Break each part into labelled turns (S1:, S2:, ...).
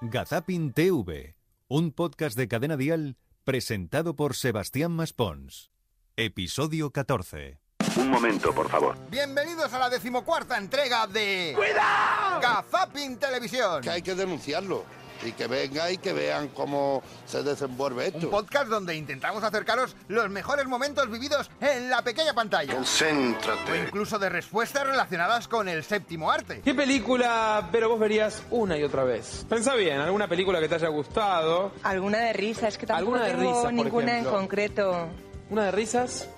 S1: Gazapin TV, un podcast de cadena dial presentado por Sebastián Maspons. Episodio 14.
S2: Un momento, por favor.
S3: Bienvenidos a la decimocuarta entrega de...
S4: ¡Cuidado!
S3: Gazapin Televisión.
S5: que hay que denunciarlo y que venga y que vean cómo se desenvuelve
S3: Un
S5: esto.
S3: podcast donde intentamos acercaros los mejores momentos vividos en la pequeña pantalla. O
S2: Concéntrate.
S3: incluso de respuestas relacionadas con el séptimo arte.
S4: ¿Qué película, pero vos verías una y otra vez? Pensá bien, alguna película que te haya gustado.
S6: Alguna de risa, es que tampoco
S4: Alguna de
S6: tengo
S4: risa, por
S6: ninguna en
S4: ejemplo.
S6: concreto.
S4: ¿Una de risas?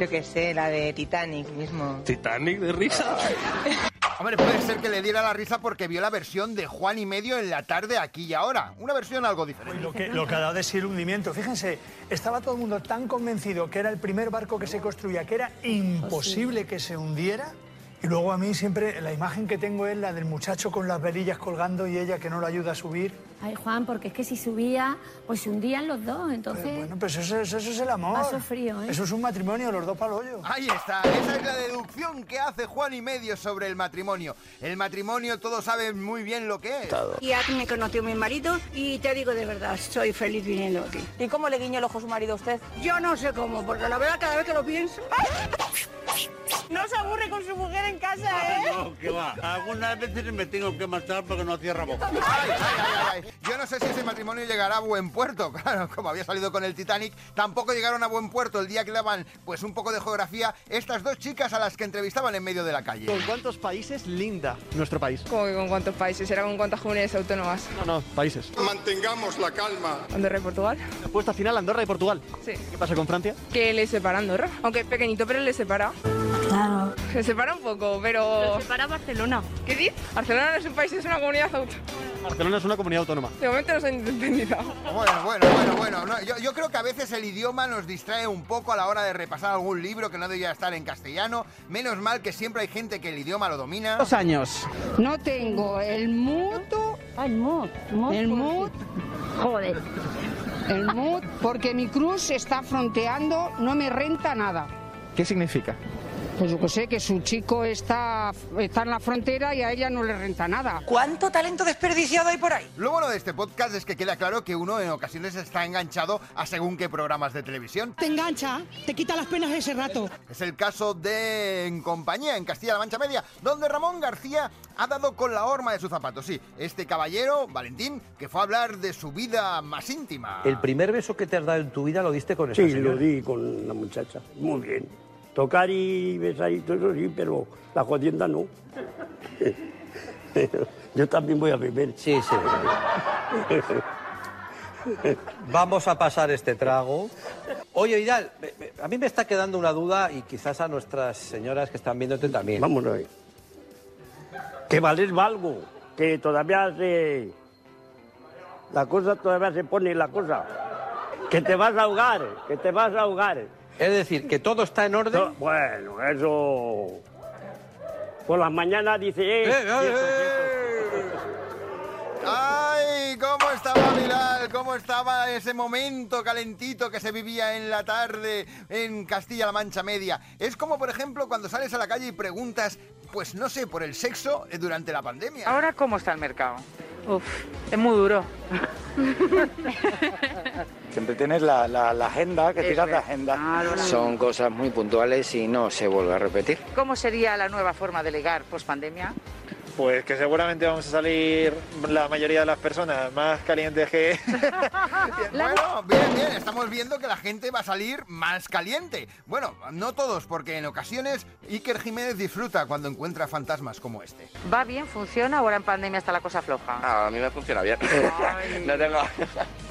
S6: Yo qué sé, la de Titanic mismo.
S7: Titanic de risa.
S3: Hombre, puede ser que le diera la risa porque vio la versión de Juan y medio en la tarde aquí y ahora. Una versión algo diferente.
S8: Lo que, lo que ha dado de sí el hundimiento. Fíjense, estaba todo el mundo tan convencido que era el primer barco que se construía, que era imposible que se hundiera. Y luego a mí siempre la imagen que tengo es la del muchacho con las verillas colgando y ella que no lo ayuda a subir.
S9: Ay, Juan, porque es que si subía, pues se hundían los dos, entonces...
S8: Eh, bueno, pues eso, eso- eso es el amor.
S9: Paso frío, ¿eh?
S8: Eso es un matrimonio, los dos para el hoyo.
S3: Ahí está, esa es la deducción que hace Juan y medio sobre el matrimonio. El matrimonio todos saben muy bien lo que es.
S10: Y aquí me conoció mi marido y te digo de verdad, soy feliz viniendo aquí.
S6: ¿Y cómo le guiñó el ojo su marido a usted?
S10: Yo no sé cómo, porque la verdad cada vez que lo pienso... ¡ah! No se aburre con su mujer en casa, ¿eh?
S7: No, que va. Algunas veces me tengo que marchar porque no cierra boca.
S3: Ay, ay, ay, ay. Yo no sé si ese matrimonio llegará a buen puerto. Claro, como había salido con el Titanic, tampoco llegaron a buen puerto el día que daban pues un poco de geografía estas dos chicas a las que entrevistaban en medio de la calle.
S7: cuántos países linda nuestro país?
S6: ¿Cómo que con cuántos países? ¿Era con cuántas comunidades autónomas?
S7: No, no, países.
S5: Mantengamos la calma.
S6: ¿Andorra y Portugal?
S7: Puesta final Andorra y Portugal.
S6: Sí.
S7: ¿Qué pasa con Francia?
S6: Que le separa Andorra. Aunque es pequeñito, pero le separa.
S9: Claro.
S6: Se separa un poco, pero...
S9: separa Barcelona.
S6: ¿Qué dices? Barcelona no es un país, es una comunidad autónoma.
S7: Barcelona es una comunidad autónoma.
S6: De momento no se ha independizado.
S3: Bueno, bueno, bueno, bueno. no, yo, yo creo que a veces el idioma nos distrae un poco a la hora de repasar algún libro que no debía estar en castellano. Menos mal que siempre hay gente que el idioma lo domina.
S4: años.
S10: No tengo el mundo,
S9: Ay, Ah, Mood.
S10: el mood,
S9: Joder.
S10: el mood, porque mi cruz está fronteando, no me renta nada.
S4: ¿Qué significa?
S10: Pues yo que sé, que su chico está, está en la frontera y a ella no le renta nada.
S6: ¿Cuánto talento desperdiciado hay por ahí?
S3: Lo bueno de este podcast es que queda claro que uno en ocasiones está enganchado a según qué programas de televisión.
S10: Te engancha, te quita las penas ese rato.
S3: Es el caso de En Compañía, en Castilla-La Mancha Media, donde Ramón García ha dado con la horma de su zapato. Sí, este caballero, Valentín, que fue a hablar de su vida más íntima.
S7: primer beso que te has dado en tu vida lo diste con
S8: Sí, lo di con la muchacha. Muy bien. Tocar y besar y todo eso sí, pero la jodienda no. Yo también voy a beber.
S7: Sí, sí. Vamos a pasar este trago. Oye, Vidal, me- me- a mí me está quedando una duda y quizás a nuestras señoras que están viéndote también.
S8: Vámonos. ahí. Que valer valgo, que todavía se... La cosa todavía se pone la cosa. Que te vas a ahogar, que te vas a ahogar.
S7: Es decir, que todo está en orden.
S8: No, bueno, eso... Por las mañanas dice... eh,
S7: Eh, eh,
S8: esto,
S7: eh.
S3: ¡Ay! ¿Cómo estaba Vidal? ¿Cómo estaba ese momento calentito que se vivía en la tarde en Castilla-La Mancha Media? Es como, por ejemplo, cuando sales a la calle y preguntas, pues no sé, por el sexo eh, durante la pandemia.
S6: ¿Ahora cómo está el mercado? Uf, es muy duro.
S7: Siempre tienes la, agenda,
S8: Eh,
S7: que
S6: tiras de agenda. Claro, la-
S7: Son cosas muy puntuales y no se vuelve a repetir.
S6: ¿Cómo sería la nueva forma de legar post pandemia?
S8: Pues que seguramente vamos a salir la mayoría de las personas más calientes que...
S3: Bueno, bien, bien, estamos viendo que la gente va a salir más caliente. Bueno, no todos, porque en ocasiones Iker Jiménez disfruta cuando encuentra fantasmas como este.
S6: ¿Va bien? ¿Funciona? ¿O ahora en pandemia está la cosa floja?
S7: Ah, a mí me funciona bien.
S8: Eh.
S6: Ay. No
S7: tengo...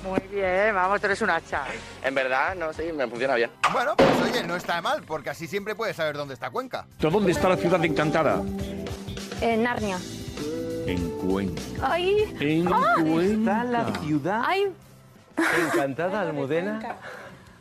S6: Muy bien, vamos, tú eres un hacha.
S7: En verdad, no, sí, me funciona bien.
S3: Bueno, pues oye, no está mal, porque así siempre puedes saber dónde está Cuenca.
S7: ¿Dónde está la ciudad encantada?
S9: En Narnia.
S2: En Cuenca.
S9: Ay,
S7: Está la ciudad
S9: ay,
S7: encantada, Almudena.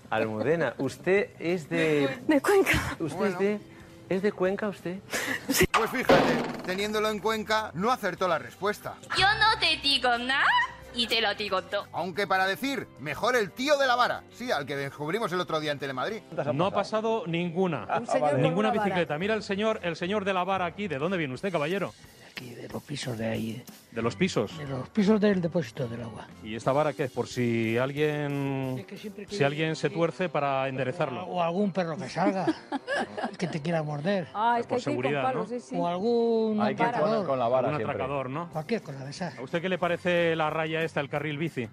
S7: Almudena, usted es de...
S9: de Cuenca.
S7: Usted es de... ¿Es de Cuenca usted?
S3: Pues fíjate, teniéndolo en Cuenca, no acertó la respuesta.
S9: Yo no te digo nada y te lo digo todo.
S3: Aunque para decir, mejor el tío de la vara. Sí, al que descubrimos el otro día en Telemadrid.
S7: No ha pasado ninguna.
S8: señor
S7: Ninguna bicicleta. Mira el señor, el señor de la vara aquí. ¿De dónde viene usted, caballero? aquí, de los pisos de ahí,
S5: De los pisos.
S7: de los pisos del depósito del agua.
S5: ¿Y esta vara qué es? Por si alguien.
S7: que-
S5: si alguien se tuerce para enderezarlo.
S7: O algún perro que salga, que te quiera morder.
S9: Ah, es
S5: Por
S9: que hay que ir
S5: seguridad,
S9: con palos,
S5: ¿no?
S9: sí, sí.
S7: O algún
S5: Hay que ir con-
S7: atracador.
S5: con la vara Algún siempre. atracador, ¿no?
S7: Cualquier cosa de esas.
S5: ¿A usted qué le parece la raya esta, el carril bici?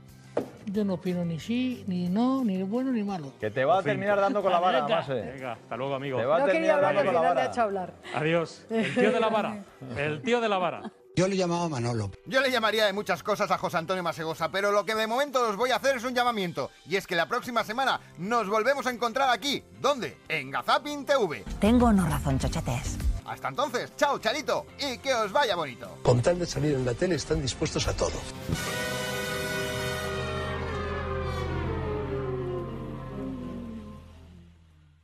S7: Yo no opino ni sí, ni no, ni bueno, ni malo.
S5: Que
S11: te va a terminar dando con la vara, además, eh.
S5: Venga, hasta luego, amigo.
S11: Te va a No quería terminar hablar, dando al con la final le vara. ha
S9: hecho hablar.
S5: Adiós. El tío de la vara. El tío de la vara.
S3: Yo le llamaba Manolo. Yo le llamaría de muchas cosas a José Antonio Masegosa, pero lo que de momento os voy a hacer es un llamamiento. Y es que la próxima semana nos volvemos a encontrar aquí. ¿Dónde? En Gazapin TV.
S6: Tengo no razón, chochetes.
S3: Hasta entonces, chao, Charito, y que os vaya bonito.
S6: Con tal de salir en la tele están dispuestos a todo.